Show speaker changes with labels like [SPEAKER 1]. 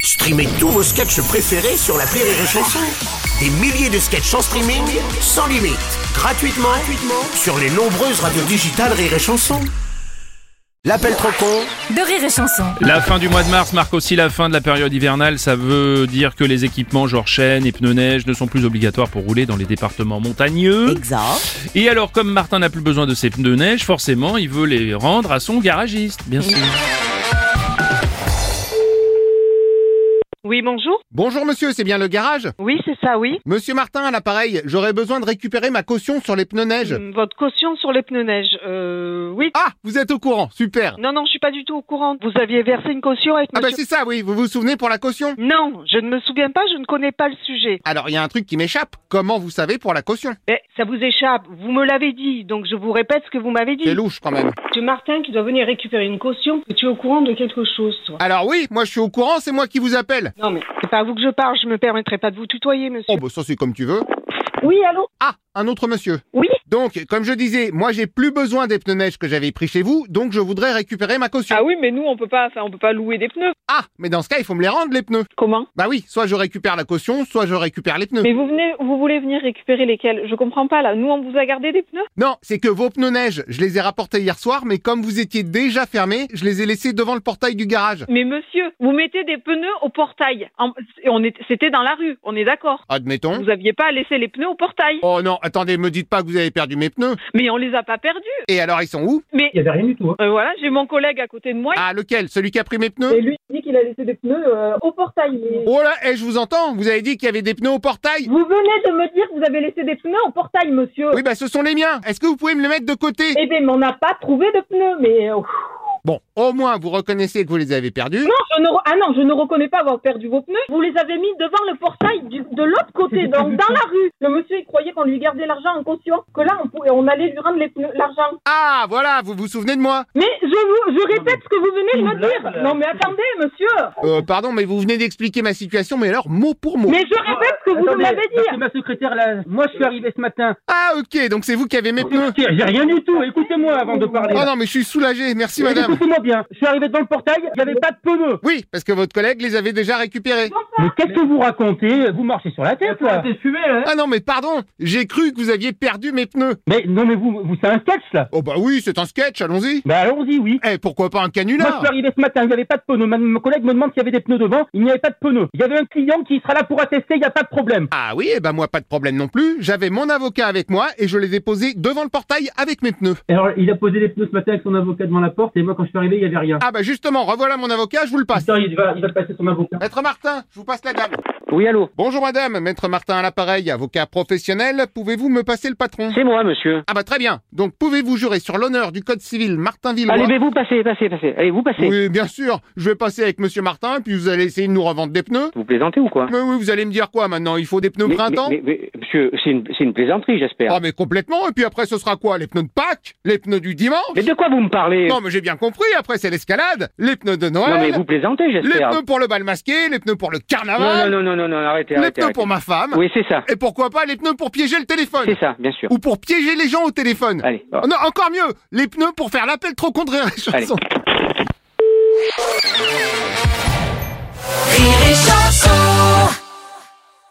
[SPEAKER 1] Streamez tous vos sketchs préférés sur la Rire et Chanson. Des milliers de sketchs en streaming, sans limite, gratuitement, gratuitement sur les nombreuses radios digitales Rire et Chanson. L'appel trop con
[SPEAKER 2] de rire et chanson.
[SPEAKER 3] La fin du mois de mars marque aussi la fin de la période hivernale. Ça veut dire que les équipements genre chaînes et pneus neige ne sont plus obligatoires pour rouler dans les départements montagneux.
[SPEAKER 4] Exact.
[SPEAKER 3] Et alors, comme Martin n'a plus besoin de ses pneus neige, forcément, il veut les rendre à son garagiste, bien sûr.
[SPEAKER 5] Oui, bonjour.
[SPEAKER 6] Bonjour monsieur, c'est bien le garage
[SPEAKER 5] Oui, c'est ça, oui.
[SPEAKER 6] Monsieur Martin à l'appareil, j'aurais besoin de récupérer ma caution sur les pneus neige.
[SPEAKER 5] Hum, Votre caution sur les pneus neige. Euh, oui.
[SPEAKER 6] Ah, vous êtes au courant, super.
[SPEAKER 5] Non, non, je suis pas du tout au courant. Vous aviez versé une caution avec
[SPEAKER 6] Ah bah
[SPEAKER 5] monsieur...
[SPEAKER 6] c'est ça, oui, vous vous souvenez pour la caution
[SPEAKER 5] Non, je ne me souviens pas, je ne connais pas le sujet.
[SPEAKER 6] Alors il y a un truc qui m'échappe, comment vous savez pour la caution
[SPEAKER 5] Mais ça vous échappe, vous me l'avez dit, donc je vous répète ce que vous m'avez dit.
[SPEAKER 6] C'est louche quand même.
[SPEAKER 5] C'est Martin qui doit venir récupérer une caution, que tu es au courant de quelque chose, toi.
[SPEAKER 6] Alors oui, moi je suis au courant, c'est moi qui vous appelle.
[SPEAKER 5] Non, mais c'est pas à vous que je parle, je me permettrai pas de vous tutoyer, monsieur.
[SPEAKER 6] Oh bah ça c'est comme tu veux.
[SPEAKER 5] Oui, allô
[SPEAKER 6] Ah, un autre monsieur.
[SPEAKER 5] Oui
[SPEAKER 6] Donc, comme je disais, moi j'ai plus besoin des pneus neige que j'avais pris chez vous, donc je voudrais récupérer ma caution.
[SPEAKER 5] Ah oui, mais nous, on peut pas, enfin, on peut pas louer des pneus.
[SPEAKER 6] Ah, mais dans ce cas il faut me les rendre les pneus.
[SPEAKER 7] Comment
[SPEAKER 6] Bah oui, soit je récupère la caution, soit je récupère les pneus.
[SPEAKER 7] Mais vous venez, vous voulez venir récupérer lesquels Je comprends pas là. Nous, on vous a gardé des pneus
[SPEAKER 6] Non, c'est que vos pneus neige, je les ai rapportés hier soir, mais comme vous étiez déjà fermés, je les ai laissés devant le portail du garage.
[SPEAKER 7] Mais monsieur, vous mettez des pneus au portail. En- et on est- c'était dans la rue, on est d'accord.
[SPEAKER 6] Admettons.
[SPEAKER 7] Vous aviez pas laissé les pneus au portail.
[SPEAKER 6] Oh non, attendez, me dites pas que vous avez perdu mes pneus.
[SPEAKER 7] Mais on les a pas perdus.
[SPEAKER 6] Et alors ils sont où
[SPEAKER 7] Mais
[SPEAKER 8] Il n'y avait rien du tout. hein.
[SPEAKER 7] euh, voilà, j'ai mon collègue à côté de moi.
[SPEAKER 6] Ah, lequel Celui qui a pris mes pneus
[SPEAKER 7] lui dit qu'il a laissé des pneus euh, au portail.
[SPEAKER 6] Oh là, eh, je vous entends, vous avez dit qu'il y avait des pneus au portail
[SPEAKER 7] Vous venez de me dire que vous avez laissé des pneus au portail, monsieur.
[SPEAKER 6] Oui, bah ce sont les miens. Est-ce que vous pouvez me les mettre de côté
[SPEAKER 7] Eh bien, on n'a pas trouvé de pneus, mais
[SPEAKER 6] Bon, au moins vous reconnaissez que vous les avez perdus.
[SPEAKER 7] Je ne re- Ah non, je ne reconnais pas avoir perdu vos pneus. Vous les avez mis devant le portail du- de l'autre côté, donc dans la rue. Le monsieur, il croyait qu'on lui gardait l'argent en caution, que là, on, pouvait- on allait lui rendre les pneus- l'argent.
[SPEAKER 6] Ah, voilà, vous vous souvenez de moi
[SPEAKER 7] Mais je, vous, je répète ce que vous venez de me
[SPEAKER 8] Là,
[SPEAKER 7] dire.
[SPEAKER 8] là.
[SPEAKER 7] Non, mais attendez, monsieur.
[SPEAKER 6] Euh, pardon, mais vous venez d'expliquer ma situation, mais alors mot pour mot.
[SPEAKER 7] Mais je répète ce que vous
[SPEAKER 8] Attendez,
[SPEAKER 7] m'avez
[SPEAKER 8] parce que
[SPEAKER 7] dit.
[SPEAKER 8] ma secrétaire là. Moi, je suis arrivé ce matin.
[SPEAKER 6] Ah, ok, donc c'est vous qui avez mes pneus.
[SPEAKER 8] J'ai rien du tout. Écoutez-moi avant de parler.
[SPEAKER 6] Oh non, mais je suis soulagé, merci madame.
[SPEAKER 8] Écoutez-moi bien. Je suis arrivé dans le portail. Il n'y avait pas de pneus.
[SPEAKER 6] Oui, parce que votre collègue les avait déjà récupérés.
[SPEAKER 8] Mais qu'est-ce que vous racontez Vous marchez sur la tête là.
[SPEAKER 6] Ah non, mais pardon, j'ai cru que vous aviez perdu mes pneus.
[SPEAKER 8] Mais non, mais vous, vous c'est un sketch là.
[SPEAKER 6] Oh bah oui, c'est un sketch, allons-y.
[SPEAKER 8] Bah allons-y, oui.
[SPEAKER 6] Eh, pourquoi pas un
[SPEAKER 8] Moi, je
[SPEAKER 6] canular
[SPEAKER 8] suis arrivé ce matin, il n'y avait pas de pneus. Ma- Mon collègue me demande s'il y avait des pneus devant. Il n'y avait pas de pneus. Il y avait un client qui sera là pour attester, il n'y a pas de problème.
[SPEAKER 6] Ah oui, eh ben moi pas de problème non plus. J'avais mon avocat avec moi et je l'ai déposé devant le portail avec mes pneus.
[SPEAKER 8] Alors, il a posé les pneus ce matin avec son avocat devant la porte, et moi, quand je suis arrivé, il n'y avait rien.
[SPEAKER 6] Ah bah justement, revoilà mon avocat, je vous le passe.
[SPEAKER 8] Putain, il va, il va passer son avocat.
[SPEAKER 6] Maître Martin, je vous passe la dame.
[SPEAKER 9] Oui, allô
[SPEAKER 6] Bonjour madame, maître Martin à l'appareil, avocat professionnel, pouvez-vous me passer le patron
[SPEAKER 9] C'est moi, monsieur.
[SPEAKER 6] Ah bah très bien. Donc pouvez-vous jurer sur l'honneur du code civil Martin Villois
[SPEAKER 9] Allez, mais vous passez, passez, passez. Allez, vous passez.
[SPEAKER 6] Oui, bien sûr. Je vais passer avec monsieur Martin puis vous allez essayer de nous revendre des pneus.
[SPEAKER 9] Vous plaisantez ou quoi
[SPEAKER 6] Mais oui, vous allez me dire quoi maintenant Il faut des pneus
[SPEAKER 9] mais,
[SPEAKER 6] printemps
[SPEAKER 9] mais- mais- mais, monsieur, c'est une, c'est une plaisanterie, j'espère.
[SPEAKER 6] Ah mais complètement, et puis après ce sera quoi Les pneus de Pâques Les pneus du dimanche
[SPEAKER 9] mais de quoi vous me parlez
[SPEAKER 6] Non mais j'ai bien compris, après c'est l'escalade, les pneus de Noël,
[SPEAKER 9] Non, mais vous plaisantez,
[SPEAKER 6] les
[SPEAKER 9] j'espère.
[SPEAKER 6] pneus pour le bal masqué, les pneus pour le
[SPEAKER 9] Non, non,
[SPEAKER 6] carnaval,
[SPEAKER 9] non, non, non, non, arrêtez,
[SPEAKER 6] les
[SPEAKER 9] arrêtez.
[SPEAKER 6] pneus pour
[SPEAKER 9] arrêtez.
[SPEAKER 6] ma femme,
[SPEAKER 9] Oui, c'est ça.
[SPEAKER 6] et pourquoi pas les pneus pour piéger le téléphone
[SPEAKER 9] C'est ça, bien sûr.
[SPEAKER 6] ou pour piéger les gens au téléphone.
[SPEAKER 9] Allez, au revoir.
[SPEAKER 6] Non, encore mieux, les pneus pour faire l'appel trop contre les chansons.